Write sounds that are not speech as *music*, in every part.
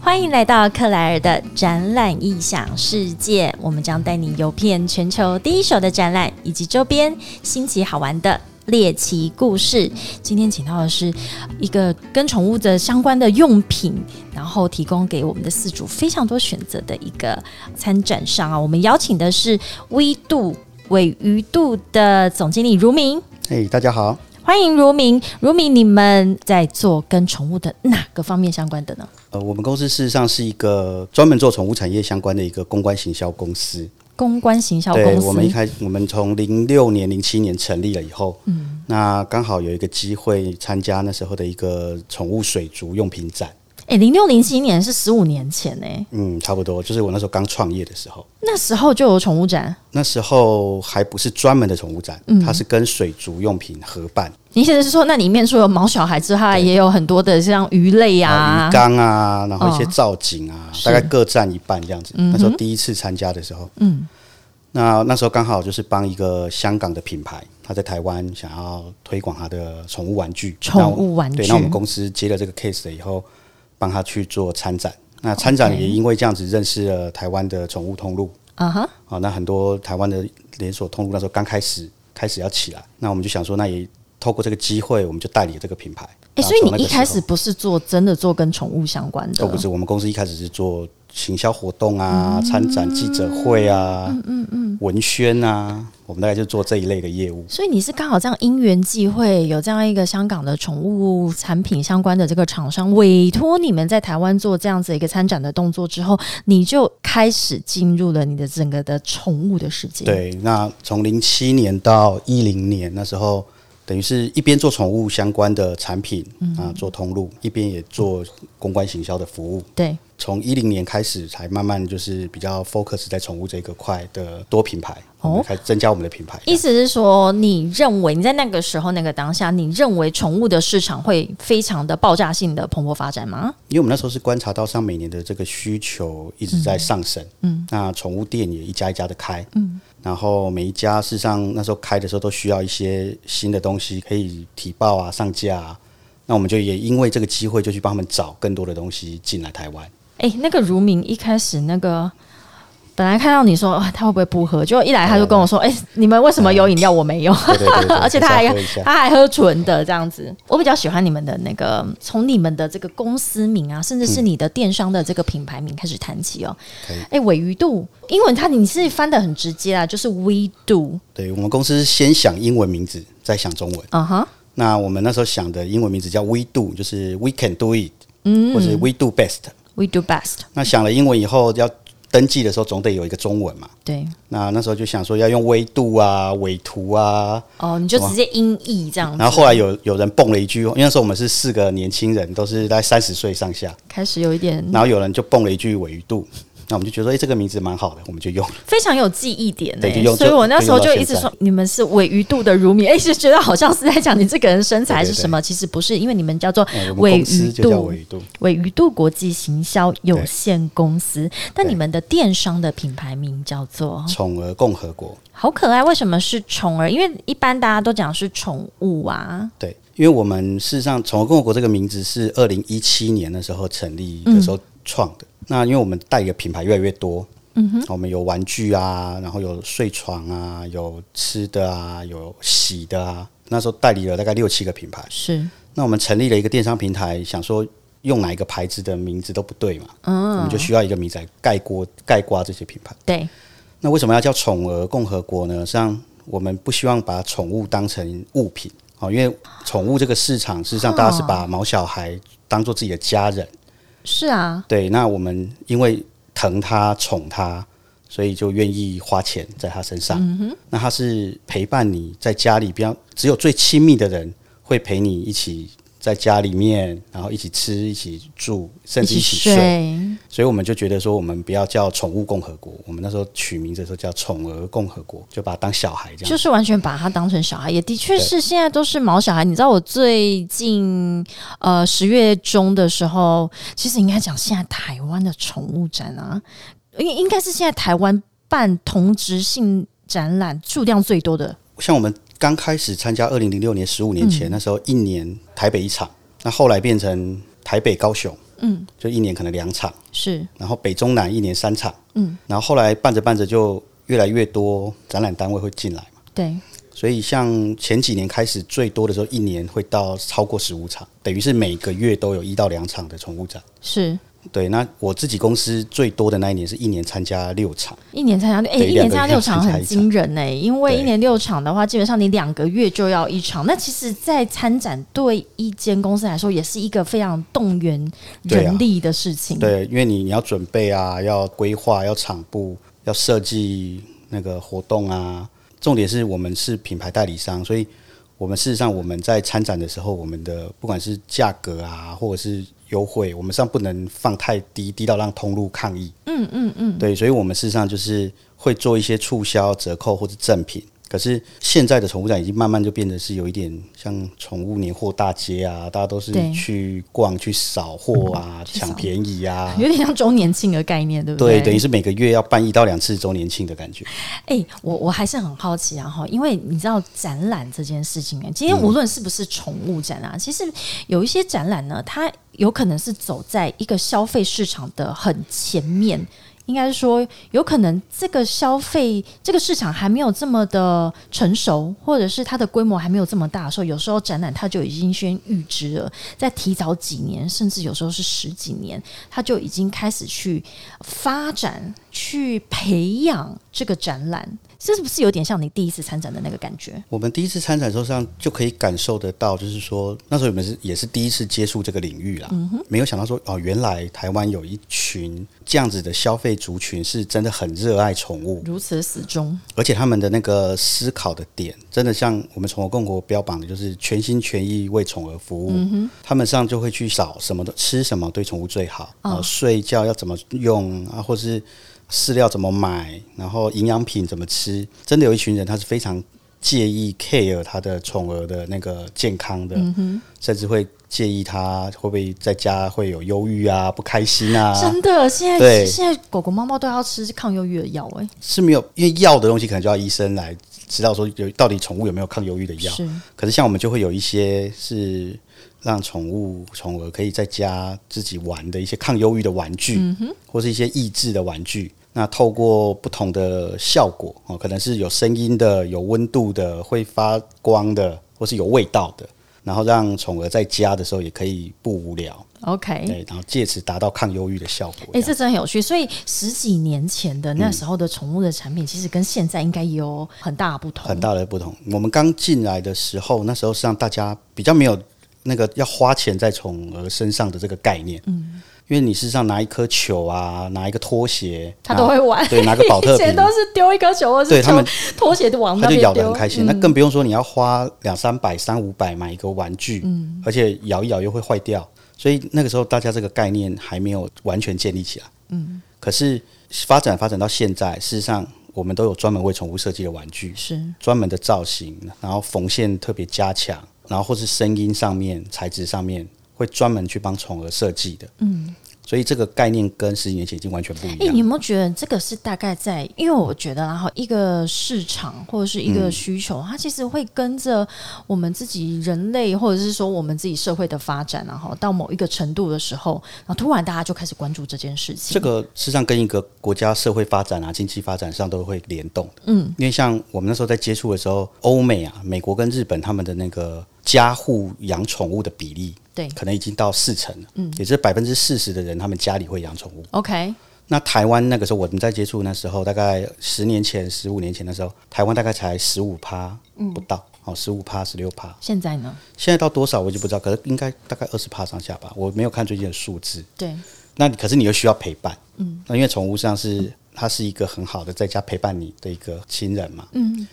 欢迎来到克莱尔的展览异想世界，我们将带你游遍全球第一手的展览以及周边新奇好玩的。猎奇故事，今天请到的是一个跟宠物的相关的用品，然后提供给我们的饲主非常多选择的一个参展商啊。我们邀请的是微度尾鱼度的总经理如明，嘿、哎大家好。欢迎如明。如明，你们在做跟宠物的哪个方面相关的呢？呃，我们公司事实上是一个专门做宠物产业相关的一个公关行销公司。公关行销对公我们一司，开，我们从零六年、零七年成立了以后，嗯，那刚好有一个机会参加那时候的一个宠物水族用品展，哎，零六零七年是十五年前哎、嗯，差不多就是我那时候刚创业的时候。那时候就有宠物展。那时候还不是专门的宠物展，嗯它是跟水族用品合办，你意思是说，那里面除了毛小孩之外，也有很多的像鱼类啊啊鱼，缸啊，然后一些哦造景啊，是嗯大概各占一半这样子。那时候第一次参加的时候，嗯，那那时候刚好就是帮一个香港的品牌，他在台湾想要推广他的宠物玩具， *laughs* 宠物玩具那我对，那我们公司接了这个 case 了以后，帮他去做参展。那参展 OK 也因为这样子认识了台湾的宠物通路啊哈，啊，那很多台湾的连锁通路那时候刚开始开始要起来，那我们就想说，那也透过这个机会，我们就代理了这个品牌。哎、那所以从那你一个时开候哦始不是做真的做跟宠物相关的，都不是。我们公司一开始是做行销活动啊、参展记者会啊、嗯嗯文宣啊，我们大概就做这一类的业务。所以你是刚好这样因缘际会，有这样一个香港的宠物产品相关的这个厂商委托你们在台湾做这样子一个参展的动作之后，你就开始进入了你的整个的宠物的世界。，对，那从零七年到一零年那时候，等于是一边做宠物相关的产品啊，做通路，一边也做公关行销的服务。对，从一零年开始，才慢慢就是比较 focus 在宠物这个块的多品牌，哦我们开始增加我们的品牌。意思是说，你认为你在那个时候、那个当下，你认为宠物的市场会非常的爆炸性的蓬勃发展吗？因为我们那时候是观察到上每年的这个需求一直在上升，嗯，那宠物店也一家一家的开，嗯，然后每一家事实上那时候开的时候都需要一些新的东西可以提报啊、上架啊，那我们就也因为这个机会就去帮他们找更多的东西进来台 *laughs* 湾，哎、那个如明一开始那个。本来看到你说、啊他会不会不喝，结果一来他就跟我说：“哎、你们为什么有饮料，我没有？”对对对对 *laughs* 而且他还稍微一下他还喝纯的这样子。我比较喜欢你们的那个，从你们的这个公司名啊，甚至是你的电商的这个品牌名开始谈起哦可以。哎，尾鱼度，英文它你是翻的很直接啊，就是 We Do，对我们公司先想英文名字，再想中文。嗯哼，那我们那时候想的英文名字叫 We Do，就是 We Can Do It，嗯，或者是 We Do Best。 We Do Best，那想了英文以后，要登记的时候总得有一个中文嘛。对，那那时候就想说要用微度啊、纬图啊，哦，你就直接音译这样子。然后后来有有人蹦了一句，因为那时候我们是四个年轻人，都是在三十岁上下，开始有一点然后有人就蹦了一句纬度，那我们就觉得说，哎、这个名字蛮好的，我们就 *laughs* 用了。非常有记忆点欸呢、对就用所以我那时候就就用到一直现在说你们是尾鱼肚的乳米，哎、就觉得好像是在讲你这个人身材还是什么，其实不是，因为你们叫做哎我们尾公司鱼就叫肚纬度，尾鱼肚国际行销有限公司，但你们的电商的品牌名叫做宠儿共和国。好可爱，为什么是宠儿？因为一般大家都讲是宠物啊，对，因为我们事实上，宠儿共和国这个名字是二零一七年的时候成立的时候创的。那因为我们代理的品牌越来越多，嗯哼，我们有玩具啊，然后有睡床啊，有吃的啊，有洗的啊。那时候代理了大概六七个品牌，是那我们成立了一个电商平台，想说用哪一个牌子的名字都不对嘛，嗯，我们就需要一个名字来概括概括这些品牌。对，那为什么要叫宠儿共和国呢？实际上，我们不希望把宠物当成物品，哦，因为宠物这个市场，事实上大家是把毛小孩当做自己的家人。是啊，对，那我们因为疼它、宠它，所以就愿意花钱在它身上。那它是陪伴你在家里，不要只有最亲密的人会陪你一起在家里面，然后一起吃、一起住，甚至一起睡。睡，所以我们就觉得说，我们不要叫宠物共和国，我们那时候取名字的时候叫宠儿共和国，就把它当小孩这就样。是完全把它当成小孩，也的确对是现在都是毛小孩。你知道我最近呃十月中的时候，其实应该讲现在台湾的宠物展啊，应应该是现在台湾办同质性展览数量最多的。像我们刚开始参加二嗯零零六年十五年前、那时候一年台北一场，那后来变成台北、高雄，嗯，就一年可能两场，是，然后北中南一年三场，嗯，然后后来办着办着就越来越多展览单位会进来嘛，对，所以像前几年开始最多的时候，一年会到超过十五场，等于是每个月都有一到两场的宠物展。是对，那我自己公司最多的那一年是一年参加六场，一年参加六，哎、对一年两个参加月六场参加很一惊人哎、因为对一年六场的话，基本上你两个月就要一场。那其实，在参展对一间公司来说，也是一个非常动员对啊人力的事情。对，因为你你要准备啊，要规划，要场部，要设计那个活动啊。重点是我们是品牌代理商，所以我们事实上我们在参展的时候，我们的不管是价格啊，或者是优惠，我们上不能放太低，低到让通路抗议。嗯嗯嗯，对，所以我们事实上就是会做一些促销、折扣或者赠品。可是现在的宠物展已经慢慢就变得是有一点像宠物年货大街啊，大家都是对去逛、去扫货啊、去抢扫便宜啊，有点像周年庆的概念，对不对，对，等于是每个月要办一到两次周年庆的感觉。哎、我我还是很好奇啊哈，因为你知道展览这件事情哎、今嗯天无论是不是宠物展啊，其实有一些展览呢，它有可能是走在一个消费市场的很前面。应该是说，有可能这个消费这个市场还没有这么的成熟，或者是它的规模还没有这么大的时候，有时候展览它就已经先预知了，在提早几年，甚至有时候是十几年，它就已经开始去发展、去培养这个展览，这是不是有点像你第一次参展的那个感觉？我们第一次参展的时候上就可以感受得到，就是说那时候我们是也是第一次接触这个领域啦，没有想到说哦，原来台湾有一群这样子的消费族群是真的很热爱宠物，如此的死忠，而且他们的那个思考的点，真的像我们宠物共国标榜的，就是全心全意为宠儿服务。他们上就会去找什么的吃什么对宠物最好，啊、睡觉要怎么用啊，或是饲料怎么买，然后营养品怎么吃。真的有一群人，他是非常介意 care 他的宠儿的那个健康的，甚至会介意他会不会在家会有忧郁啊、不开心啊。真的，现在对现在狗狗、猫猫都要吃抗忧郁的药、欸，是没有，因为药的东西可能就要医生来知道说有到底宠物有没有抗忧郁的药。是可是像我们就会有一些是让宠物宠儿可以在家自己玩的一些抗忧郁的玩具，或是一些益智的玩具。那透过不同的效果哦，可能是有声音的、有温度的、会发光的，或是有味道的，然后让宠儿在家的时候也可以不无聊， OK。对，然后借此达到抗忧郁的效果。哎、这真的很有趣。所以十几年前的那时候的宠物的产品，其实跟现在应该也有很大的不同。很大的不同。我们刚进来的时候，那时候实际上大家比较没有那个要花钱在宠儿身上的这个概念，嗯，因为你事实上拿一颗球啊，拿一个拖鞋，它都拿会玩对，拿个保 *laughs* 特以前瓶，都是丢一颗球，或对是他丢们拖鞋就往他那就边咬得丢嗯很。开心。那更不用说你要花两三百、三五百买一个玩具，嗯，而且咬一咬又会坏掉，所以那个时候大家这个概念还没有完全建立起来，嗯。可是发展发展到现在，事实上我们都有专门为宠物设计的玩具，是专门的造型，然后缝线特别加强，然后或是声音上面、材质上面会专门去帮宠儿设计的。嗯，所以这个概念跟十几年前已经完全不一哎、样。你有没有觉得这个是大概在？因为我觉得啦，然后一个市场或者是一个嗯需求，它其实会跟着我们自己人类，或者是说我们自己社会的发展啊，然后到某一个程度的时候，然后突然大家就开始关注这件事情。这个事实上跟一个国家社会发展啊、经济发展上都会联动的。嗯，因为像我们那时候在接触的时候，欧美啊、美国跟日本他们的那个家户养宠物的比例，对可能已经到四成了。嗯，也就是百分之四十的人他们家里会养宠物。 OK，那台湾那个时候我们在接触那时候，大概十年前、十五年前的时候，台湾大概才十五趴不到，哦，十五趴、十六趴，现在呢？现在到多少我就不知道，可是应该大概二十趴上下吧，我没有看最近的数字。对，那你可是你又需要陪伴，嗯，那因为宠物上是它是一个很好的在家陪伴你的一个亲人嘛，嗯，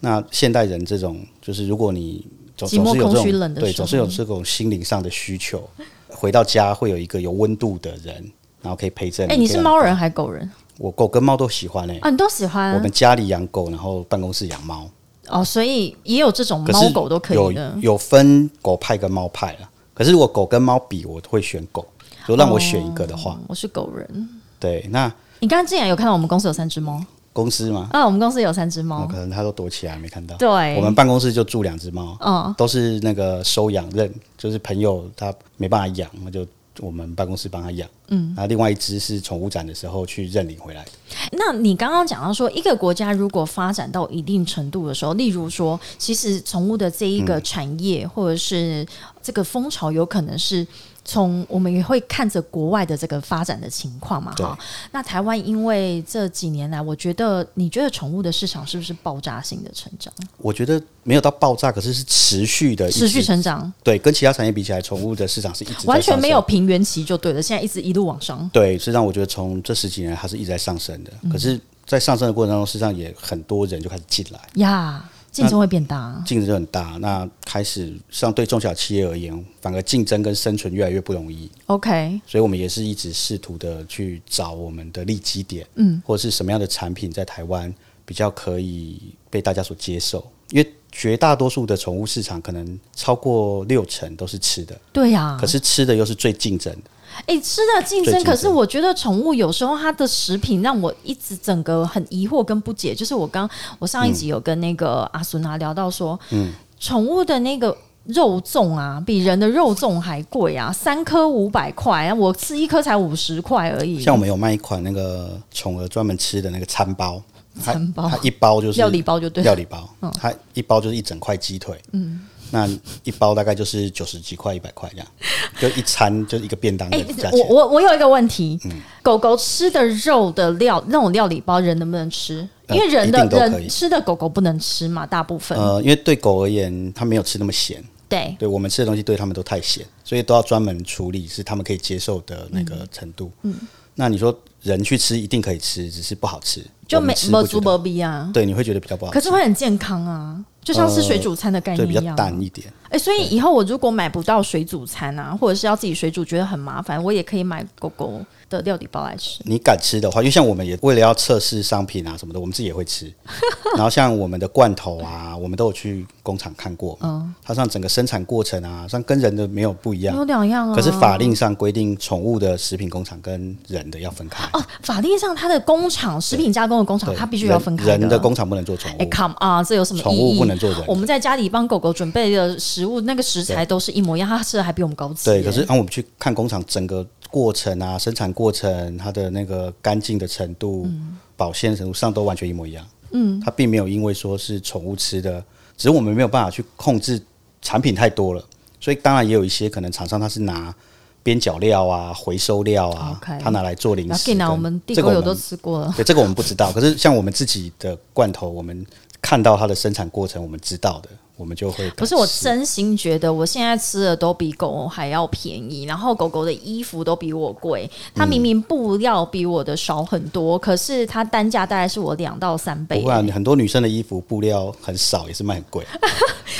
那现代人这种就是如果你总寂寞总是有空这虚种冷的对，时候总是有这种心灵上的需求，回到家会有一个有温度的人，然后可以陪着你。哎、你是可以让猫人还狗人我狗跟猫都喜欢诶、啊？你都喜欢我们家里养狗，然后办公室养猫，哦，所以也有这种可猫是狗都可有以的。有分狗派跟猫派了。可是如果狗跟猫比，我会选狗。如果让我选一个的话，我是狗人。对，那你刚刚竟然有看到我们公司有三只猫公司嘛，啊？我们公司有三只猫哦可，能它都躲起来没看到。对，我们办公室就住两只猫，嗯都是那个收养认，就是朋友他没办法养，那就我们办公室帮他养，嗯，然后另外一只是宠物展的时候去认领回来的。那你刚刚讲到说，一个国家如果发展到一定程度的时候，例如说，其实宠物的这一个产业、或者是这个风潮，有可能是从我们也会看着国外的这个发展的情况嘛，对哈。那台湾因为这几年来，我觉得你觉得宠物的市场是不是爆炸性的成长，我觉得没有到爆炸，可是是持续呃的一直，持续成长，对，跟其他产业比起来，宠物的市场是一直在完全上没有升。平原期就对了，现在一直一路往上。对，事实际上我觉得从这十几年它是一直在上升的，嗯可是，在上升的过程当中，事实际上也很多人就开始进来，呀，竞争会变大。竞争就很大。那开始事实上对中小企业而言，反而竞争跟生存越来越不容易， OK，所以我们也是一直试图的去找我们的利基点，嗯，或者是什么样的产品在台湾比较可以被大家所接受，因为绝大多数的宠物市场可能超过六成都是吃的，对呀、可是吃的又是最竞争的，哎、吃的竞最争，竞争可是我觉得宠物有时候它的食品让我一直整个很疑惑跟不解。就是我刚我上一集有跟那个阿苏娜聊到说，嗯，宠物的那个。肉粽啊，比人的肉粽还贵啊，三颗五百块，我吃一颗才五十块而已。像我们有卖一款那个宠儿专门吃的那个餐包，它餐包它一包就是料理包就对嗯了料理包，它一包就是一整块鸡腿，嗯。那一包大概就是九十几块、一百块这样，就一餐就一个便当的哎、价我钱。嗯我我有一个问题，狗狗吃的肉的料那种料理包，人能不能吃？因为呃人一的、定都可人以吃的狗狗不能吃嘛，大部分、呃，因为对狗而言，它没有吃那么咸，对。对我们吃的东西对他们都太咸，所以都要专门处理，是他们可以接受的那个程度。嗯，那你说人去吃一定可以吃，只是不好吃，就我们没吃没不猪觉得没逼啊，对，你会觉得比较不好可吃，是会很健康啊，就像是水煮餐的概对念比一较样、啊。淡一点。哎、所以以后我如果买不到水煮餐啊，或者是要自己水煮，觉得很麻烦，我也可以买狗狗的料理包来吃。你敢吃的话，因为像我们也为了要测试商品啊什么的，我们自己也会 *laughs* 吃。然后像我们的罐头啊，我们都有去工厂看过，哦嗯，它上整个生产过程啊，像跟人的没有不一样有。两样啊，可是法令上规定，宠物的食品工厂跟人的要分开。哦，法律上它的工厂、食品加工的工厂，对它必须要分开人人的工厂不能做宠哎、物， c o m e on，这有什么宠意物义？不能做人我们在家里帮狗狗准备的食物，那个食材都是一模一样，它吃的还比我们高级耶、对。可是啊让我们去看工厂整个过程啊，生产过程，它的那个干净的程度、嗯保鲜程度上都完全一模一样。嗯，它并没有因为说是宠物吃的，只是我们没有办法去控制产品太多了，所以当然也有一些可能厂商它是拿边角料啊、回收料啊 OK 它拿来做零然后食给啊跟。拿我们地这沟个我油们都吃过了。 *laughs* 对，这个我们不知道。可是像我们自己的罐头，我们看到它的生产过程，我们知道的，我们就会不是我吃真心觉得，我现在吃的都比狗还要便宜，然后狗狗的衣服都比我贵，它明明布料比我的少很多，可是它单价大概是我两到三倍不会。啊，很多女生的衣服布料很少，也是卖很贵。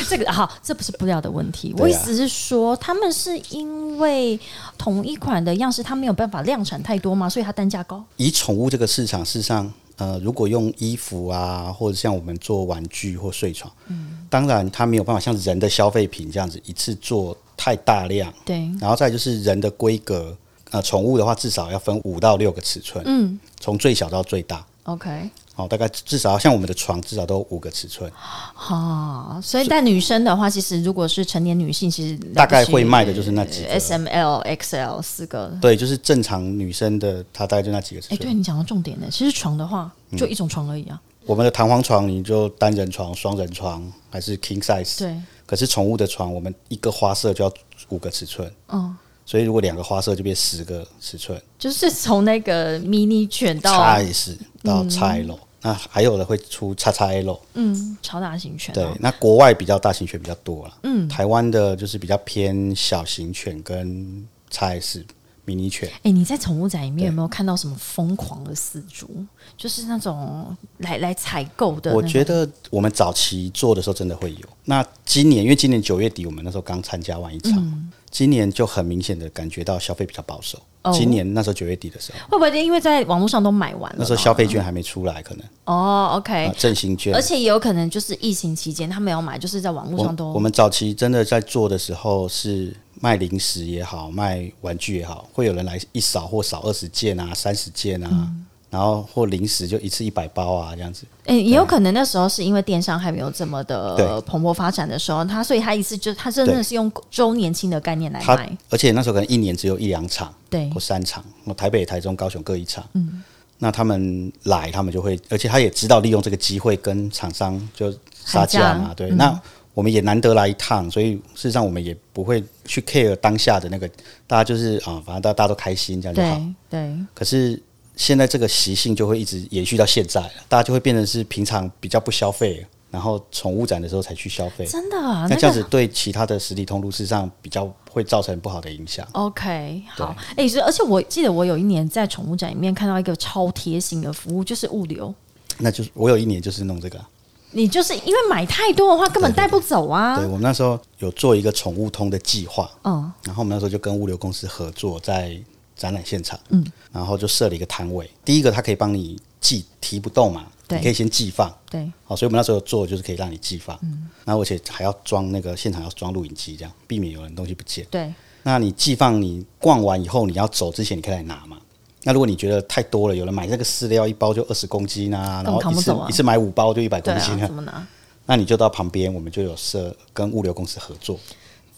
这个好，这不是布料的问题，对啊我意思是说，他们是因为同一款的样式，它没有办法量产太多嘛，所以它单价高。以宠物这个市场，事实上，呃，如果用衣服啊，或者像我们做玩具或睡床，嗯当然它没有办法像人的消费品这样子一次做太大量，对，然后再就是人的规格，呃，宠物的话至少要分五到六个尺寸，嗯从最小到最大， ，OK，哦，大概至少像我们的床至少都有五个尺寸，好，所以但女生的话，其实如果是成年女性，其实大概会卖的就是那几个。呃 S M L X L 四个对，就是正常女生的，它大概就那几个尺哎、寸。对你讲到重点呢。其实床的话，嗯就一种床而已啊。我们的弹簧床，你就单人床、双人床还是 king size。对，可是宠物的床，我们一个花色就要五个尺寸，嗯，所以如果两个花色就变十个尺寸。就是从那个迷你犬到 XS 到 XL，、那还有的会出 XXL。嗯超大型犬、对啊，，那国外比较大型犬比较多了。嗯，台湾的就是比较偏小型犬跟 XS 迷你犬。哎、你在宠物展里面有没有看到什么疯狂的饲主？就是那种来来采购的那种？我觉得我们早期做的时候真的会有。那今年因为今年九月底我们那时候刚参加完一场，嗯今年就很明显的感觉到消费比较保守。哦今年那时候九月底的时候，会不会因为在网络上都买完了？那时候消费券还没出来，可能哦，OK，、啊振兴券而。且也有可能就是疫情期间他没有买，就是在网络我上都我们早期真的在做的时候是卖零嗯食也好，卖玩具也好，会有人来一扫或扫二十件啊、三十件啊，然后或零食就一次一百包啊这样子。诶、哎也有可能那时候是因为电商还没有这么的呃对蓬勃发展的时候，他所以他一次就他真的对是用周年庆的概念来他卖，而且那时候可能一年只有一两场对或，三场，那台北、台中、高雄各一场。嗯，那他们来，他们就会，而且他也知道利用这个机会跟厂商就杀价喊价嗯嘛。对，那我们也难得来一趟，所以事实上我们也不会去 care 当下的那个，大家就是啊，反正大大家都开心这样就好。对对，可是现在这个习性就会一直延续到现在了，大家就会变成是平常比较不消费，然后宠物展的时候才去消费。真的啊，那那这样个子对其他的实体通路事实上比较会造成不好的影响。 OK 好，对哎、是而且我记得我有一年在宠物展里面看到一个超贴心的服务，就是物流。那就是我有一年就是弄这个啊、你就是因为买太多的话，根本带不走啊对。我们那时候有做一个宠物通的计划，嗯，然后我们那时候就跟物流公司合作，在展览现场，嗯，然后就设了一个摊位。第一个它可以帮你寄提不动嘛，对你可以先寄放，对，好，所以我们那时候做的就是可以让你寄放，嗯然后而且还要装那个现场要装录影机，这样避免有人东西不见。对，那你寄放你逛完以后，你要走之前你可以来拿嘛。那如果你觉得太多了，有人买那个饲料一包就二十公斤啊，根然本后扛一不次、走啊一次买五包就一百对公斤啊，了怎，么拿？那你就到旁边，我们就有设跟物流公司合作，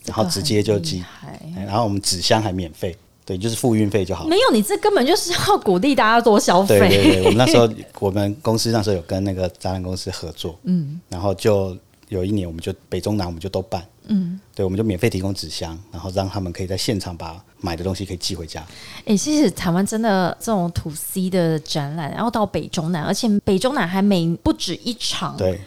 然后直接就这寄个，嗯很厉害哎然后我们纸箱还免费，对，就是付运费就好了。没有，你这根本就是要鼓励大家多消费。嗯对对对，我们那时候我们公司那时候有跟那个展览公司合作，嗯，然后就有一年我们就北中南我们就都办，嗯，对，我们就免费提供纸箱，然后让他们可以在现场把买的东西可以寄回家。哎、其实台湾真的这种土 C 的展览，然后到北中南，而且北中南还每不止一场。对，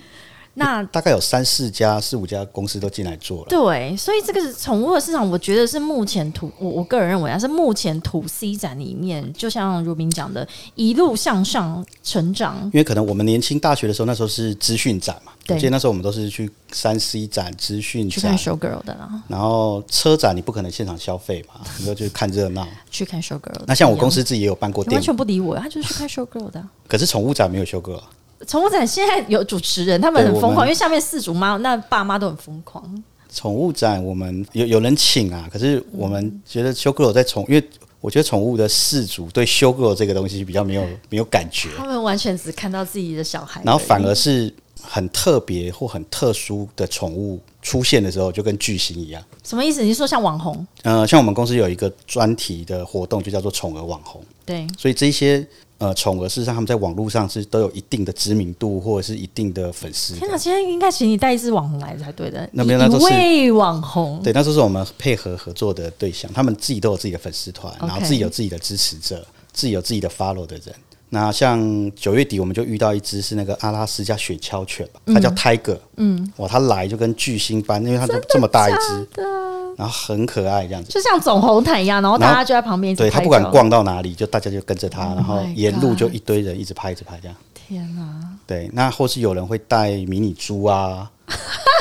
那大概有三四家、四五家公司都进来做了。对，所以这个宠物的市场，我觉得是目前土我我个人认为啊，是目前土 C 展里面，就像如明讲的，一路向上成长。因为可能我们年轻大学的时候，那时候是资讯展嘛，对我记得那时候我们都是去三 C 展、资讯去看展， showgirl 的啦，然后车展你不可能现场消费 *laughs* 嘛，你就去看热闹。去看 showgirl 的。那像我公一样，司自己也有办过你完店，全不理我，他就是去看 showgirl 的啊、可是宠物展没有修过啊。宠物展现在有主持人，他们很对疯我狂，们因为下面四主妈那爸妈都很疯狂。宠物展我们有有人请啊，可是我们觉得修克罗在宠，因为我觉得宠物的饲主对修克罗这个东西比较没有哎没有感觉，他们完全只看到自己的小孩，然后反而是很特别或很特殊的宠物出现的时候，就跟巨星一样。什么意思？你说像网红，呃，像我们公司有一个专题的活动，就叫做宠儿网红，对，所以这一些呃宠儿事实上他们在网络上是都有一定的知名度或者是一嗯定的粉丝的。天哪，今天应该请你带一只网红来才对的，那没有那一都是位网红，对，那时候是我们配合合作的对象，他们自己都有自己的粉丝团，然后 OK 自己有自己的支持者，自己有自己的 follow 的人。那像九月底我们就遇到一只是那个阿拉斯加雪橇犬吧，它叫 Tiger，嗯，哇，它来就跟巨星般，因为它就这么大一只，然后很可爱这样子。就像走红毯一样，然后大家就在旁边一直对拍照 Oh 它不管，逛到哪里，就大家就跟着它，然后 my 沿路就 God 一堆人一直拍一直拍这样。天哪，对，那或是有人会带迷你猪啊， *laughs*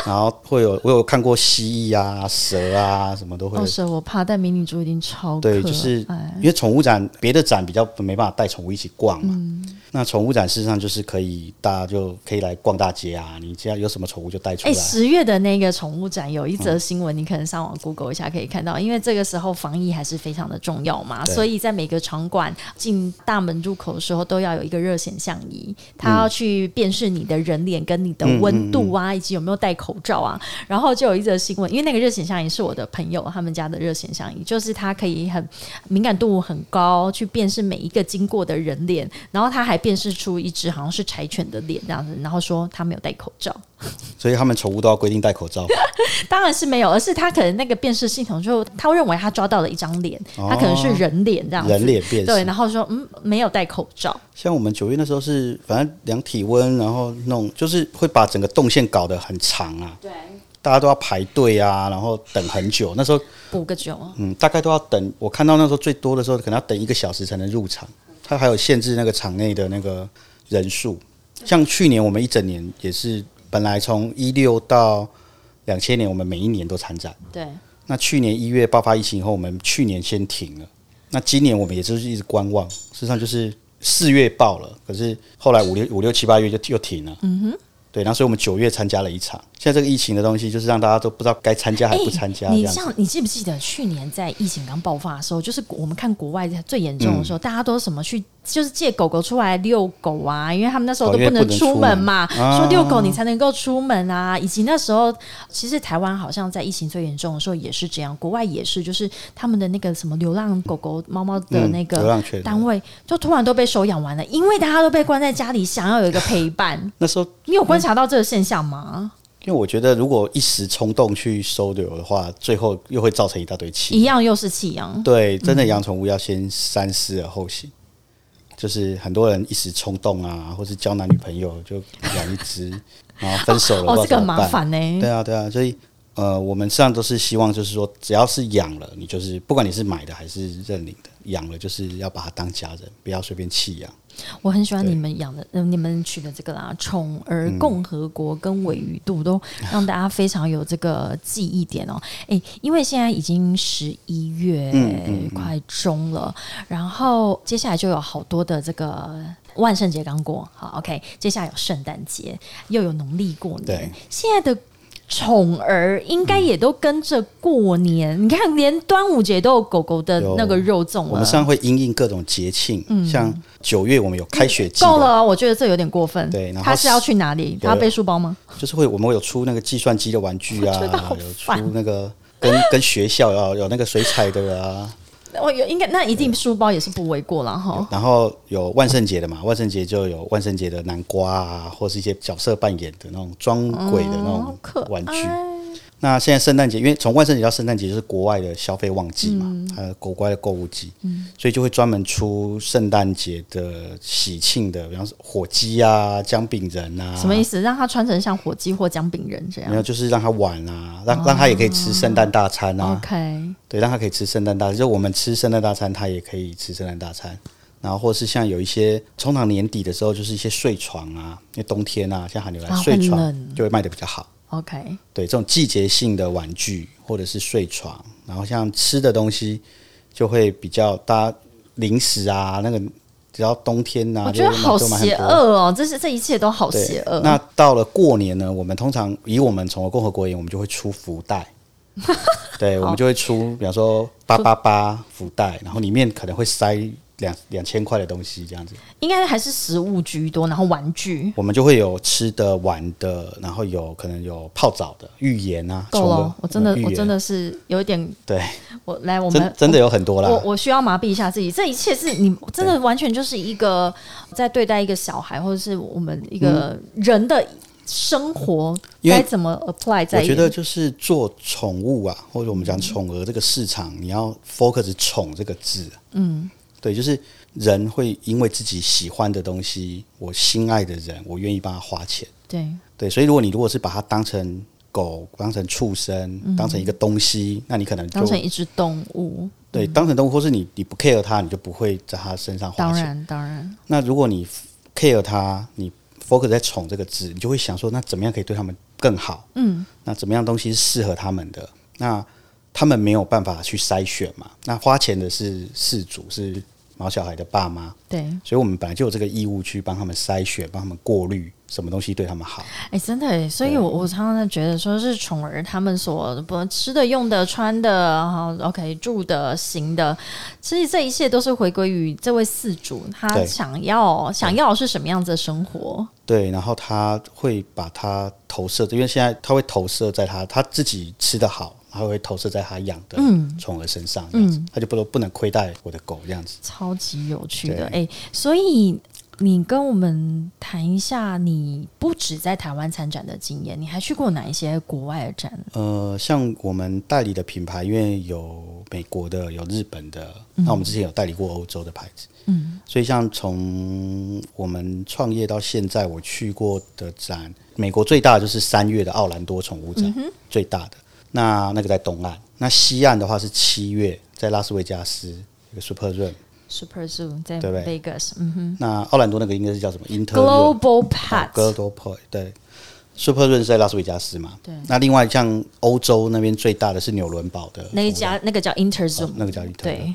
然后会有我有看过蜥蜴啊、蛇啊，什么都会有到。时候哦我怕，但迷你猪一定超可对，爱，就是因为宠物展别的展比较没办法带宠物一起逛嘛。嗯那宠物展事实上就是可以大家就可以来逛大街啊，你只要有什么宠物就带出哎，来。啊十月的那个宠物展有一则新闻，你可能上网 Google 一下可以看到，因为这个时候防疫还是非常的重要嘛，对所以在每个场馆进大门入口的时候都要有一个热显像仪，它要去辨识你的人脸跟嗯你的温度啊，以及有没有戴口罩啊。然后就有一则新闻，因为那个热显像仪是我的朋友他们家的热显像仪，就是它可以很敏感度很高，去辨识每一个经过的人脸，然后它还辨识出一只好像是柴犬的脸这样子，然后说它没有戴口罩。所以他们宠物都要规定戴口罩。当然是没有，而是他可能那个辨识系统就他认为他抓到了一张脸，他可能是人脸这样子，哦人脸辨识对，然后说嗯没有戴口罩，像我们九月那时候是，反正量体温，然后弄就是会把整个动线搞得很长啊，对，大家都要排队啊，然后等很久。那时候补个酒，嗯，大概都要等。我看到那时候最多的时候，可能要等一个小时才能入场。它还有限制那个场内的那个人数。像去年我们一整年也是，本来从一六到两千年，我们每一年都参展。对，那去年一月爆发疫情以后，我们去年先停了。那今年我们也就是一直观望，事实上就是四月爆了，可是后来五六五六七八月就又停了。嗯哼，对，然后所以我们九月参加了一场，现在这个疫情的东西，就是让大家都不知道该参加还不参加这哎你样子。像你记不记得去年在疫情刚爆发的时候，就是我们看国外最严重的嗯时候，大家都什么去就是借狗狗出来遛狗啊，因为他们那时候哦都因为能不能出出门门嘛，啊说遛狗你才能够出门啊，以及那时候其实台湾好像在疫情最严重的时候也是这样，国外也是，就是他们的那个什么流浪狗狗、猫猫的嗯那流个浪犬单位，就突然都被收养完了，因为大家都被关在家里，想要有一个陪伴。那时候，你有观察到这个现象吗？因为我觉得如果一时冲动去收留的话，最后又会造成一大堆气。一样又是弃养，哦对，真的养宠物要先三思而后行。就是很多人一时冲动啊，或是交男女朋友就养一 *laughs* 只，然后分手了，哦，不这知个道怎么麻办。烦呢、对啊，对啊，所以呃，我们实际上都是希望，就是说，只要是养了，你就是不管你是买的还是认领的，养了就是要把它当家人，不要随便弃养。我很喜欢对你们养的，嗯、你们取的这个啦，宠儿共和国跟尾鱼肚都嗯让大家非常有这个记忆点哦。诶，因为现在已经十一月嗯嗯嗯快中了，然后接下来就有好多的这个万圣节刚过，好 OK，接下来有圣诞节，又有农历过年对，现在的。宠儿应该也都跟着过年，你看，连端午节都有狗狗的有那个肉粽了。我们实际上会因应各种节庆，像九月我们有开学季嗯够的，了，我觉得这有点过分。对然后他是要去哪里？他要背书包吗？就是会我们会有出那个计算机的玩具 *laughs* 我觉得啊好，有出烦那个跟跟学校啊有那个水彩的啊，我哦有应该那一定书包也是不为过了哈。然后有万圣节的嘛，万圣节就有万圣节的南瓜啊，或是一些角色扮演的那种装鬼的那哦好种可玩具。爱，那现在圣诞节，因为从万圣节到圣诞节就是国外的消费旺季嘛，嗯还有国外的购物季，所以就会专门出圣诞节的喜庆的，比方说火鸡啊、姜饼人啊，什么意啊思？让他穿成像火鸡或姜饼人这没样有，就是让他玩啊，哦让让他也可以吃圣诞大餐啊， ？OK，对，让他可以吃圣诞大餐，就我们吃圣诞大餐，他也可以吃圣诞大餐。然后或是像有一些，通常年底的时候就是一些睡床啊，因为冬天啊，像寒流来啊会睡冷床就会卖的比较好。 OK，对这种季节性的玩具或者是睡床，然后像吃的东西就会比较搭零食啊，那个只要冬天啊，我觉得就会买好就买很邪多恶哦，这是这一切都好对邪恶。那到了过年呢，我们通常以我们从共和国而言，我们就会出福 *laughs* 袋。对，我们就会出，比方说八八八福袋，然后里面可能会塞两两千块的东西这样子。应该还是食物居多，然后玩具。我们就会有吃的、玩的，然后有可能有泡澡的、浴盐啊，够宠了物，我真的浴，我盐真的是有一点，对，我来，我们真真的有很多啦。我我需要麻痹一下自己，这一切是你真的完全就是一个在对待一个小孩，或者是我们一个人的生活嗯因为该怎么 apply 在嗯我觉得就是做宠物啊，或者我们讲宠儿这个市场，你要 focus“ 宠”这个字。嗯，对，就是人会因为自己喜欢的东西，我心爱的人，我愿意帮他花钱。对对，所以如果你如果是把它当成狗、当成畜生、当成一个东西，那你可能嗯就当成一只动物，对当成动物，或是你你不 care 它，你就不会在它身上花当钱。然当然，那如果你 care 他，你 focus 在“宠”这个字，你就会想说，那怎么样可以对他们更好？嗯，那怎么样东西是适合他们的？那他们没有办法去筛选嘛？那花钱的是事主，是毛小孩的爸妈，对，所以我们本来就有这个义务去帮他们筛选，帮他们过滤什么东西对他们好。哎、真的哎，所以我我常常在觉得，说是宠儿他们所不吃的、用的、穿的，然后 OK 住的、行的，其实这一切都是回归于这位饲主他对想要想要的是什么样子的生活。对，然后他会把它投射，因为现在他会投射在他他自己吃的好，他会投射在他养的宠儿身上，这样子，他就不能不能亏待我的狗这样子。超级有趣的哎、对诶所以你跟我们谈一下，你不止在台湾参展的经验，你还去过哪一些国外的展？呃，像我们代理的品牌，因为有美国的，有日本的，那我们之前有代理过欧洲的牌子，嗯，所以像从我们创业到现在，我去过的展，美国最大的就是三月的奥兰多宠物展，最大的。那那个在东岸，那西岸的话是七月在拉斯维加斯有个 Super Run，、 Super Zoo 在对不 Vegas，嗯哼那奥兰多那个应该是叫什么 Inter Run ，Global Pet，哦 Global Point 对，Super Run 是在拉斯维加斯嘛，对那另外像欧洲那边最大的是纽伦堡的那一宠物家那个叫 InterZoom，、哦那个叫 Inter 对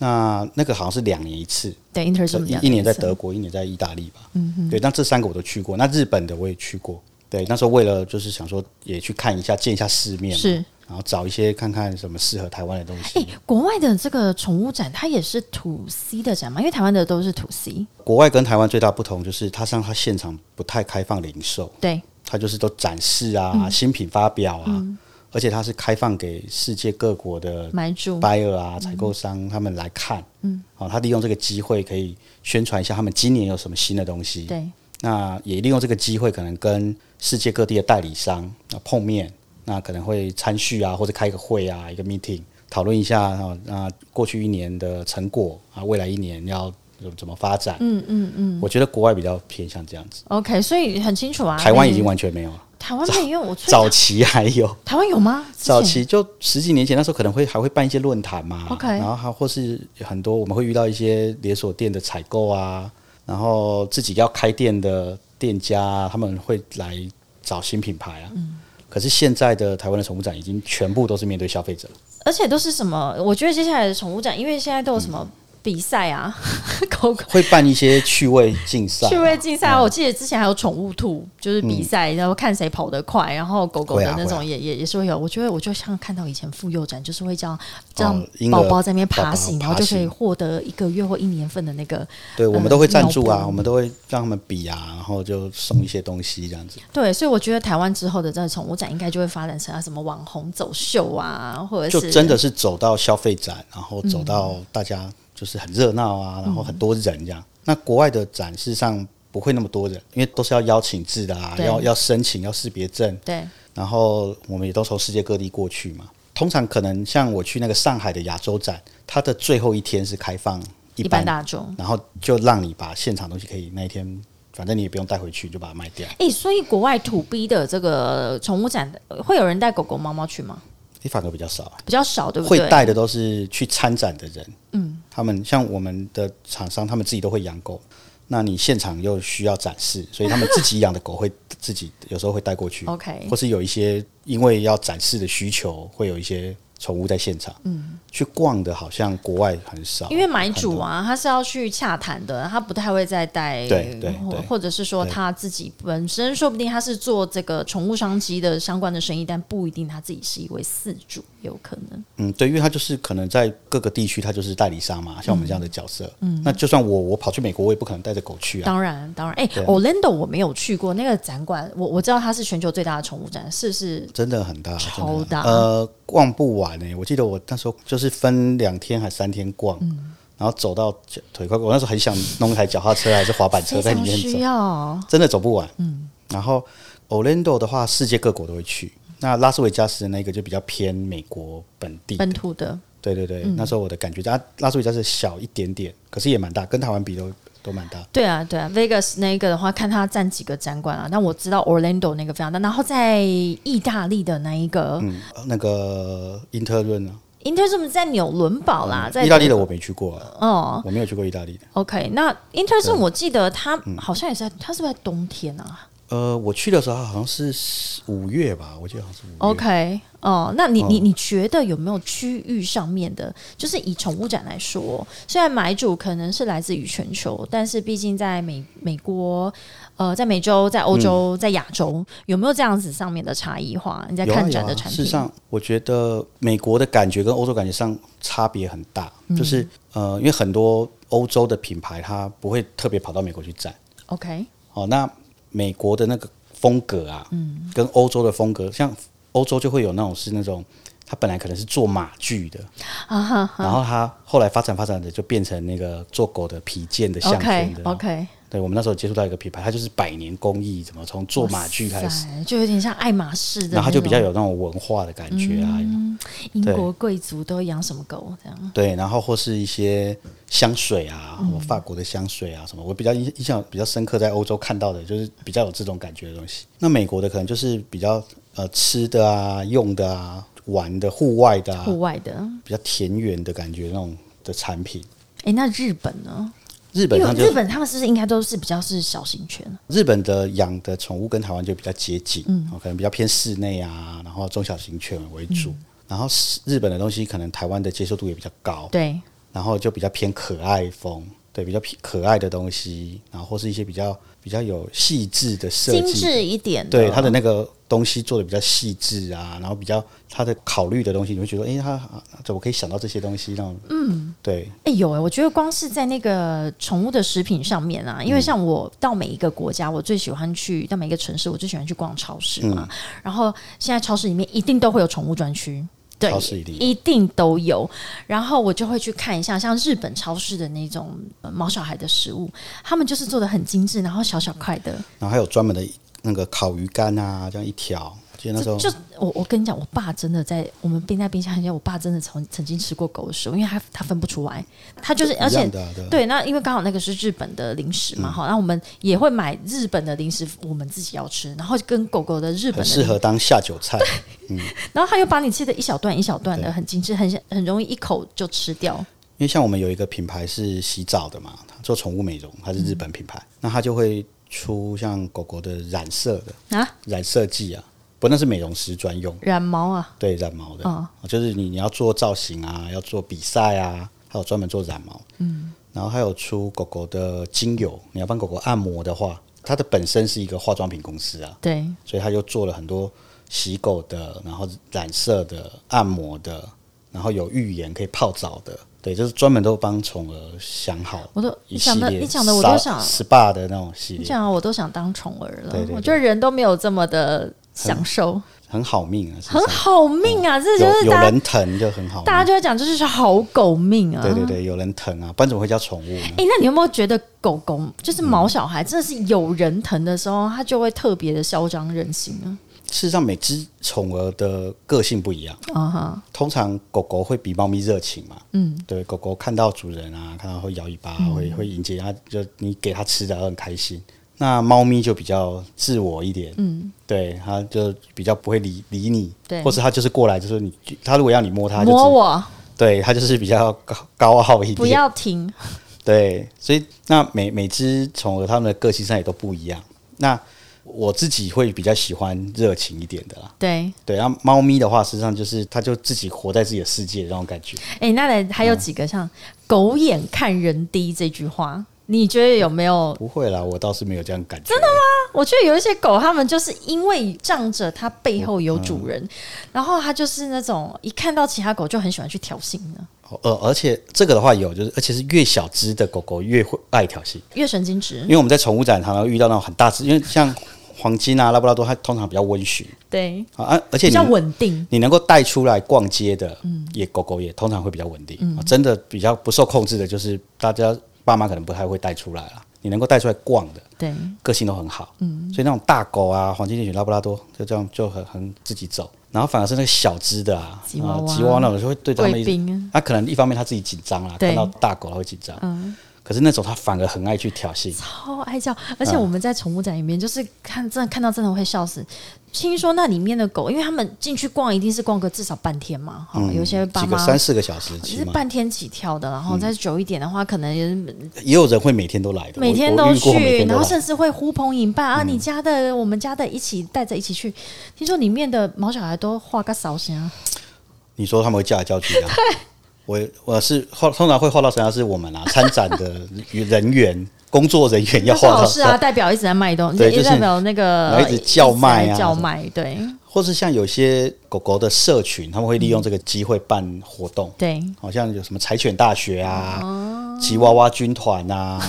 那那个好像是两年一次，对 InterZoom，一一年在德国，一年在意大利吧。嗯对，那这三个我都去过。那日本的我也去过，对，那时候为了就是想说也去看一下，见一下世面嘛，是，然后找一些看看什么适合台湾的东西。哎、国外的这个宠物展，它也是土 C 的展吗？因为台湾的都是土 C，国外跟台湾最大不同就是，它上它现场不太开放零售，对，它就是都展示啊、新品发表啊，而且它是开放给世界各国的买主 buyer 啊、采购商他们来看。嗯，哦，他利用这个机会可以宣传一下他们今年有什么新的东西。对，那也利用这个机会，可能跟世界各地的代理商啊碰面，那可能会参叙啊，或者开一个会啊，一个 meeting，讨论一下啊，那过去一年的成果啊，未来一年要怎么怎么发展？嗯嗯嗯，我觉得国外比较偏向这样子， ，OK，所以很清楚啊。台湾那已经完全没有了，台湾没有，我最早期还有。台湾有吗？之前早期就十几年前，那时候可能会还会办一些论坛嘛 OK 然后还或是很多我们会遇到一些连锁店的采购啊，然后自己要开店的店家、啊，他们会来找新品牌啊。嗯可是现在的台湾的宠物展已经全部都是面对消费者了，而且都是什么？我觉得接下来的宠物展，因为现在都有什嗯么比赛啊， *laughs* 狗狗会办一些趣味竞赛 *laughs* 啊、趣味竞赛啊。我记得之前还有宠物兔，就是比赛，然后看谁跑得快，然后狗狗嗯会的啊那种会啊也也也是会有。我觉得我就像看到以前妇幼展，就是会这样这样哦婴宝儿宝在那边爬宝宝行，爬然后就可以行获得一个月或一年份的那个对，我呃们都会赞助脑啊，补我们都会让他们比啊，然后就送一些东西这样子，对，所以我觉得台湾之后的这个宠物展应该就会发展成啊什么网红走秀啊，或者就是真的是走到消费展，然后走到嗯大家就是很热闹啊，然后很多人这样。那国外的展事实上不会那么多人，因为都是要邀请制的啊，对要要申请，要识别证，对然后我们也都从世界各地过去嘛。通常可能像我去那个上海的亚洲展，它的最后一天是开放一一般，般大众。然后就让你把现场东西可以那一天，反正你也不用带回去，就把它卖掉。哎、所以国外土逼的这个宠物展，呃会有人带狗狗、猫猫去吗？你反而比较少啊。比较少，对不会对？带的都是去参展的人，嗯，他们像我们的厂商，他们自己都会养狗，那你现场又需要展示，所以他们自己养的狗会自己有时候会带过去 OK 或是有一些因为要展示的需求，会有一些宠物在现场，嗯，去逛的好像国外很少，因为买主啊，他是要去洽谈的，他不太会再带，对对或对或者是说他自己本身，说不定他是做这个宠物商机的相关的生意，但不一定他自己是一位饲主，有可能。嗯，对，因为他就是可能在各个地区，他就是代理商嘛，像我们这样的角色，嗯，那就算我我跑去美国，我也不可能带着狗去啊，当然，当然，哎、o r l a n d o 我没有去过那个展馆，我我知道它是全球最大的宠物展，是 *laughs* 是真的很大，真的超很大呃，逛不完呢、我记得我那时候就是分两天还三天逛，嗯然后走到脚腿快，我那时候很想弄一台脚踏车还是滑板车非在里常面需走，要。真的走不完。嗯，然后 Orlando 的话，世界各国都会去。那拉斯维加斯那个就比较偏美国本地的，本嗯土的，对对对，那时候我的感觉，啊，拉斯维加斯小一点点，可是也蛮大，跟台湾比都都蛮大。对啊，对啊，Vegas 那一个的话，看它占几个展馆啊。那我知道 Orlando 那个非常大，然后在意大利的那一个、嗯，那个英特润呢？ Interzum 在纽伦堡啦，在嗯意大利的我没去过啊，哦我没有去过意大利的。 ，OK，那 Interzum 我记得它嗯好像也是在，它是不是在冬天啊呃，我去的时候好像是五月吧，我记得好像是五月。 ？OK，哦，那你你你觉得有没有区域上面的，就是以宠物展来说，虽然买主可能是来自于全球，但是毕竟在美美国。呃，在美洲、在欧洲、在亚洲，有没有这样子上面的差异化？你在嗯有啊看有展啊的产事品，实上，我觉得美国的感觉跟欧洲感觉上差别很大，嗯就是呃，因为很多欧洲的品牌它不会特别跑到美国去展， OK，哦，那美国的那个风格啊，嗯跟欧洲的风格，像欧洲就会有那种是那种。它本来可能是做马具的，啊哈哈然后它后来发展发展的就变成那个做狗的皮件的哦项圈，OK 的。 OK，对，我们那时候接触到一个品牌，它就是百年工艺，怎么从做马具开始，塞就有点像爱马仕的那种，嗯然后它就比较有那种文化的感觉啊，英对国贵族都养什么狗这样。对，然后或是一些香水啊，嗯什么法国的香水啊，什么，我比较印印象比较深刻，在欧洲看到的就是比较有这种感觉的东西。那美国的可能就是比较呃吃的啊、用的啊、玩的、户外的啊，户外的，比较田园的感觉那种的产品。哎、那日本呢？日本因为上就日本他们是不是应该都是比较是小型犬？日本的养的宠物跟台湾就比较接近，嗯哦，可能比较偏室内啊，然后中小型犬为主。嗯然后哦日本的东西可能台湾的接受度也比较高，对，然后就比较偏可爱风。对比较皮可爱的东西，然后或是一些比较比较有细致的设精计，致一点的，对它的那个东西做的比较细致啊，然后比较它的考虑的东西，你会觉得，哎、它啊怎么可以想到这些东西？那种，嗯，对，哎、有哎、我觉得光是在那个宠物的食品上面啊，嗯因为像我到每一个国家，我最喜欢去到每一个城市，我最喜欢去逛超市嗯嘛。然后现在超市里面一定都会有宠物专区。对，超市一定有一定都有。然后我就会去看一下，像日本超市的那种呃毛小孩的食物，他们就是做的很精致，然后小小块的。然后还有专门的那个烤鱼干啊，这样一条，记得那时就候就我我跟你讲，我爸真的在我们冰在冰箱里面，我爸真的曾曾经吃过狗食，因为他他分不出来，他就是而一且样的、啊，嗯对啊，对，那因为刚好那个是日本的零食嘛，哈、那我们也会买日本的零食，我们自己要吃，然后跟狗狗的日本很的适零合当下酒菜。然后他又把你切的一小段一小段的，很精致，很很容易一口就吃掉。因为像我们有一个品牌是洗澡的嘛，它做宠物美容，它是日本品牌，那它就会出像狗狗的染色的啊，染色剂啊，不，那是美容师专用，染毛啊，对，染毛的，哦就是你你要做造型啊，要做比赛啊，还有专门做染毛，嗯，然后还有出狗狗的精油，你要帮狗狗按摩的话，它的本身是一个化妆品公司啊，对，所以他就做了很多洗狗的，然后染色的、按摩的，然后有浴盐可以泡澡的，对，就是专门都帮宠儿想好我都一你系讲的列。你讲的我都想， SPA 的那种系你列，讲的啊我都想当宠儿了。对对对我觉得人都没有这么的享受，很好命啊，是不很是好命啊，这就是有有大家人疼就很好大家命。就会讲，这就是好狗命啊。对对对，有人疼啊，不然怎么会叫宠物呢？哎、那你有没有觉得狗狗就是毛嗯小孩，真的是有人疼的时候，它就会特别的嚣张任性啊？事实上，每只宠儿的个性不一样。啊哈，通常狗狗会比猫咪热情嘛，嗯，对，狗狗看到主人啊，看到会摇尾巴，嗯会会迎接它，就你给它吃的它很开心。那猫咪就比较自我一点，嗯，对，它就比较不会理理你，对或是它就是过来就是你，它如果要你摸它，就摸是我，对，它就是比较高高傲一不点，要停。对，所以那每每只宠儿它们的个性上也都不一样。那我自己会比较喜欢热情一点的啦，对，对，然后猫咪的话，实际上就是它就自己活在自己的世界的那种感觉。哎、那来还嗯有几个像“狗眼看人低”这句话，你觉得有没有？不会啦，我倒是没有这样感觉。真的我觉得有一些狗，它们就是因为仗着它背后有主人，嗯然后它就是那种一看到其他狗就很喜欢去挑衅的，吗？呃，而且这个的话有，就是而且是越小只的狗狗越会爱挑衅，越神经质因。为我们在宠物展常常遇到那种很大只，因为像黄金啊、拉布拉多，它通常比较温驯对，啊啊，而比且你较稳嗯定。你能够带出来逛街的，也狗狗也通常会比较稳定、嗯啊真的比较不受控制的，就是大家爸妈可能不太会带出来啦。你能够带出来逛的，对，个性都很好，嗯，所以那种大狗啊，黄金猎犬、拉布拉多，就这样就很很自己走，然后反而是那个小只的啊，吉娃娃啊吉娃娃那种就会对他们贵一直，宾，他、可能一方面他自己紧张啦，对看到大狗他会紧张，嗯，可是那种他反而很爱去挑衅，超爱叫，而嗯且我们在宠物展里面，就是看真的看到真的会笑死。听说那里面的狗，因为他们进去逛一定是逛个至少半天嘛，哈、有些爸嗯几个妈三四个小时其起实码，半天起跳的，然后嗯再久一点的话，可能也是也有人会每天都来的，每我天我都遇过每去，天都然后甚来。嗯至会呼朋引伴啊，你家的、我们家的一起带着一起去。听说里面的毛小孩都画个扫弦啊，你说他们会叫来叫去 *laughs* 的啊，我我是画通常会画到身上是我们啊，参展的人员、工作人员要那是画好到事啊，代表一直在卖东西，对就是代表那个然后一直叫卖啊一直在叫卖，对或是像有些狗狗的社群，他们会利用这个机会办活动，对。好像有什么柴犬大学啊、哦吉娃娃军团 *laughs* 啊，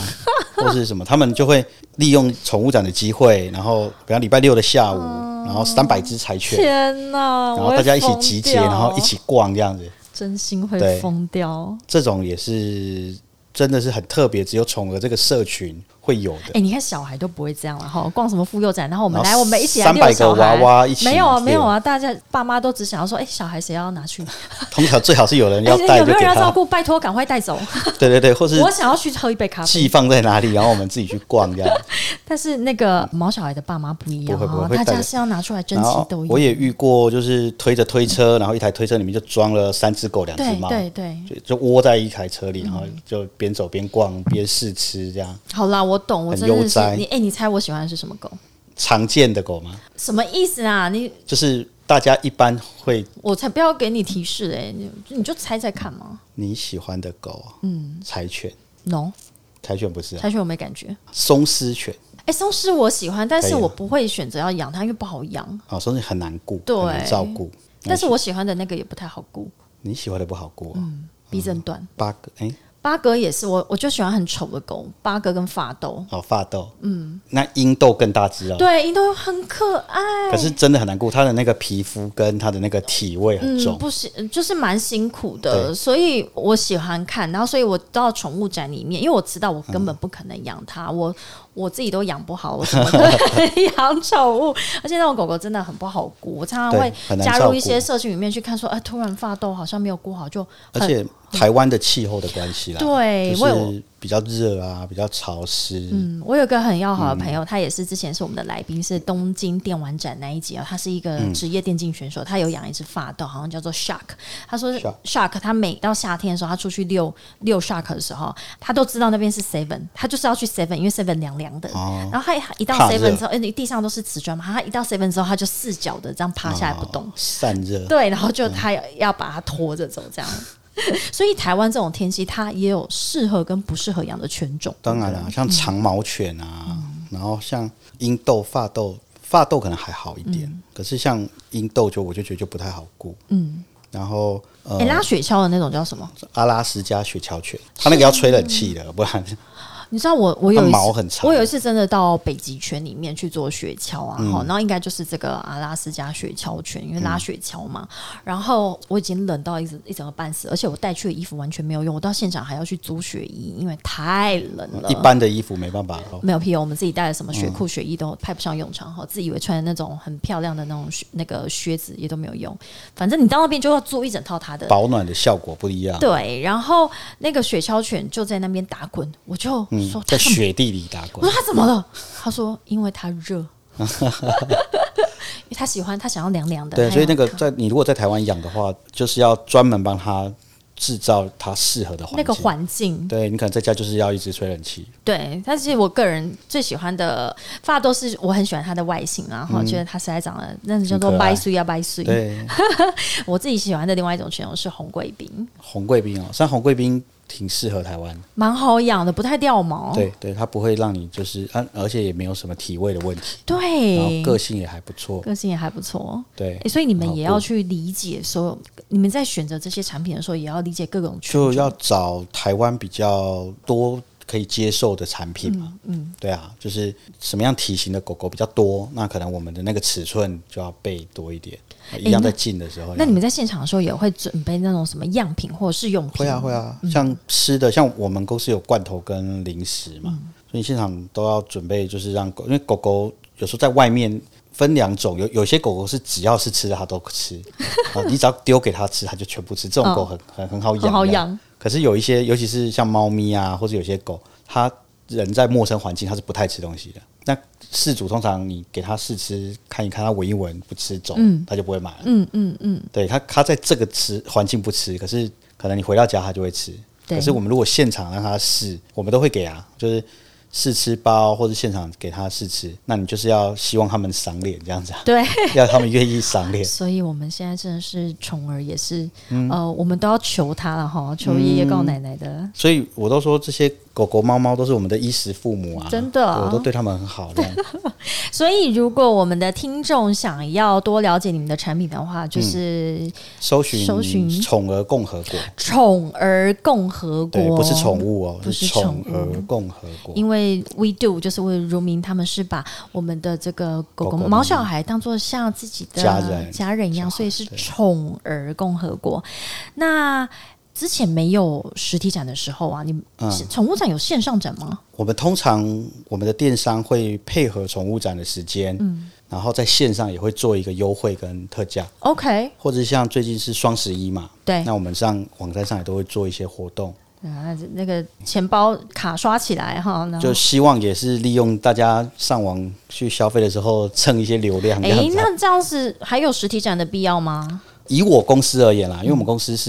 或是什么，他们就会利用宠物展的机会，然后比方礼拜六的下午，哦然后三百只柴犬，天哪！然啊我后会大家一起疯集结，掉然后一起逛这样子，真心会对疯掉。这种也是真的是很特别，只有宠儿这个社群会有哎、的。你看小孩都不会这样了哈，逛什么妇幼展，然后我们然来，后我们一起来遛300小孩。个娃娃一起没有啊，没有遛啊，大家爸妈都只想要说，哎、小孩谁要拿去？通常最好是有 *laughs* 人哎要带有就没有给人要照他，顾？拜托，赶快带走。对对对，或 *laughs* 是我想要去喝一杯咖啡，寄放在哪里，然后我们自己去逛这样。但是那个毛小孩的爸妈不一样不会不啊，会大会带家着是要拿出来珍然惜后都有。我也遇过，就是推着推车，然后一台推车里面就装了三只狗、两只对猫，对嗯对，就就窝在一台车里，然后就边走边逛边试吃这样。好啦，我懂，我很真的悠是哉你，哎、你猜我喜欢的是什么狗？常见的狗吗？什么意思啊？你就是大家一般会我才不要给你提示哎、你你就猜猜看嘛。你喜欢的狗，嗯，柴犬， No，柴犬不是、啊，柴犬我没感觉。松狮犬哎、松狮我喜欢，但可是以啊我不会选择要养它，因为不好养。啊，松狮很难顾，对很难照顾。但是我喜欢的那个也不太好顾，你喜欢的不好顾、啊，鼻子很短。八个哎、八哥也是，我我就喜欢很丑的狗，八哥跟法斗。哦发豆，嗯，那英豆更大只哦。对，印度很可爱，可是真的很难顾，它的那个皮肤跟它的那个体味很重嗯，。不是，就是蛮辛苦的，对所以我喜欢看。然后，所以我到宠物展里面，因为我知道我根本不可能养嗯它，我我自己都养不好，我怎么可能养 *laughs* 宠物？而且那种狗狗真的很不好顾，我常常对会很难加照入顾一些社群里面去看说，哎，突然发痘好像没有顾好，就而且台湾的气候的关系啦，对就我有是比较热啊，比较潮湿，嗯，我有一个很要好的朋友，他也是之前是我们的来宾，是东京电玩展那一集啊。他是一个嗯职业电竞选手，他有养一只发豆，好像叫做 Shark。他说 Shark Shark，他每到夏天的时候，他出去遛遛 Shark 的时候，他都知道那边是 Seven，他就是要去 Seven，因为 Seven 凉凉的。哦然后他一到怕 Seven 热之后，因为地上都是瓷砖嘛，他一到 Seven 之后，他就四脚的这样趴下来不动。哦散热。对，然后就他要要把它拖着走，这样。 *laughs* 所以台湾这种天气，它也有适合跟不适合养的犬种。当然啦，嗯像长毛犬啊，然后像英豆、发豆，发豆可能还好一点，可是像英豆就我就觉得就不太好顾。嗯，然后呃哎、，拉雪橇的那种叫什么？阿拉斯加雪橇犬，它那个要吹冷气的，不然你知道我我嗯有一它次毛很长我有一次真的到北极圈里面去做雪橇啊，嗯哈、然后应该就是这个阿拉斯加雪橇圈，因为拉雪橇嘛。然后我已经冷到一直一整个半死，而且我带去的衣服完全没有用，我到现场还要去租雪衣，因为太冷了。嗯一般嗯的衣服没办法。没有屁用，我们自己带的什么雪裤、雪衣都派不上用场哈，自以为穿的那种很漂亮的那种靴那个靴子也都没有用，反正你到那边就要租一整套它的保暖的效果不一样，对，然后那个雪橇犬就在那边打滚，我就嗯说、他在怎么雪地里打我滚说，他怎么了？他说因为他热，因 *laughs* 为他喜欢他想要凉凉的。对，他所以那要个在你如果在台湾养的话，就是要专门帮它制造它适合的环境。那个环境，对你可能在家就是要一直吹冷气，对，但是我个人最喜欢的发豆是我很喜欢它的外形啊，然后、觉得它实在长得那叫做嗯很可白爱碎啊白碎。对，我自己喜欢的另外一种犬种是红贵宾，红贵宾哦，像红贵宾挺适合台湾，蛮好养的，不太掉毛。对对，它不会让你就是，啊，而且也没有什么体味的问题，然后对，个性也还不错，个性也还不错。对诶，所以你们好也不要去理解所有，你们在选择这些产品的时候，也要理解各种犬就种。要找台湾比较多可以接受的产品嘛，嗯，对啊，就是什么样体型的狗狗比较多，那可能我们的那个尺寸就要备多一点，一样在进的时候要，那你们在现场的时候也会准备那种什么样品或者是用品？会啊会啊，像吃的，像我们公司有罐头跟零食嘛，所以现场都要准备，就是让狗，因为狗狗有时候在外面分两种，有有些狗狗是只要是吃的它都吃， *laughs* 啊，你只要丢给它吃，它就全部吃，这种狗很很很好哦养，很好养。可是有一些，尤其是像猫咪啊，或者有些狗，它人在陌生环境，它是不太吃东西的。那饲主通常你给它试吃，看一看，它闻一闻，不吃走，它就不会买了。嗯嗯嗯，对它，它在这个吃环境不吃，可是可能你回到家它就会吃。对可是我们如果现场让它试，我们都会给啊，就是试吃包或者现场给它试吃。那你就是要希望他们赏脸这 *laughs* 样子、啊，对。要他们愿意赏脸。所以我们现在真的是宠儿，也是、嗯呃，我们都要求他了哈，求爷爷告奶奶的。所以我都说这些狗狗、猫猫都是我们的衣食父母啊，真的啊对我都对他们很好 *laughs* 这样。所以，如果我们的听众想要多了解你们的产品的话，嗯就是搜寻搜寻宠儿共和国，宠儿共和对，国，不是宠。物哦，不是宠宠物儿共和国。因为 We Do 就是为了如明，他们是把我们的这个狗狗狗狗毛小孩当做像自己的家人家人一样，所以是宠儿共和国。那之前没有实体展的时候啊，你们嗯是宠物展有线上展吗？我们通常我们的电商会配合宠物展的时间，嗯然后在线上也会做一个优惠跟特价， OK，或者像最近是双十一嘛，对那我们上网站上也都会做一些活动，啊，那个钱包卡刷起来哈，然后就。希望也是利用大家上网去消费的时候蹭一些流量这哎样，子啊。那这样子还有实体展的必要吗？以我公司而言啦，因为我们公司是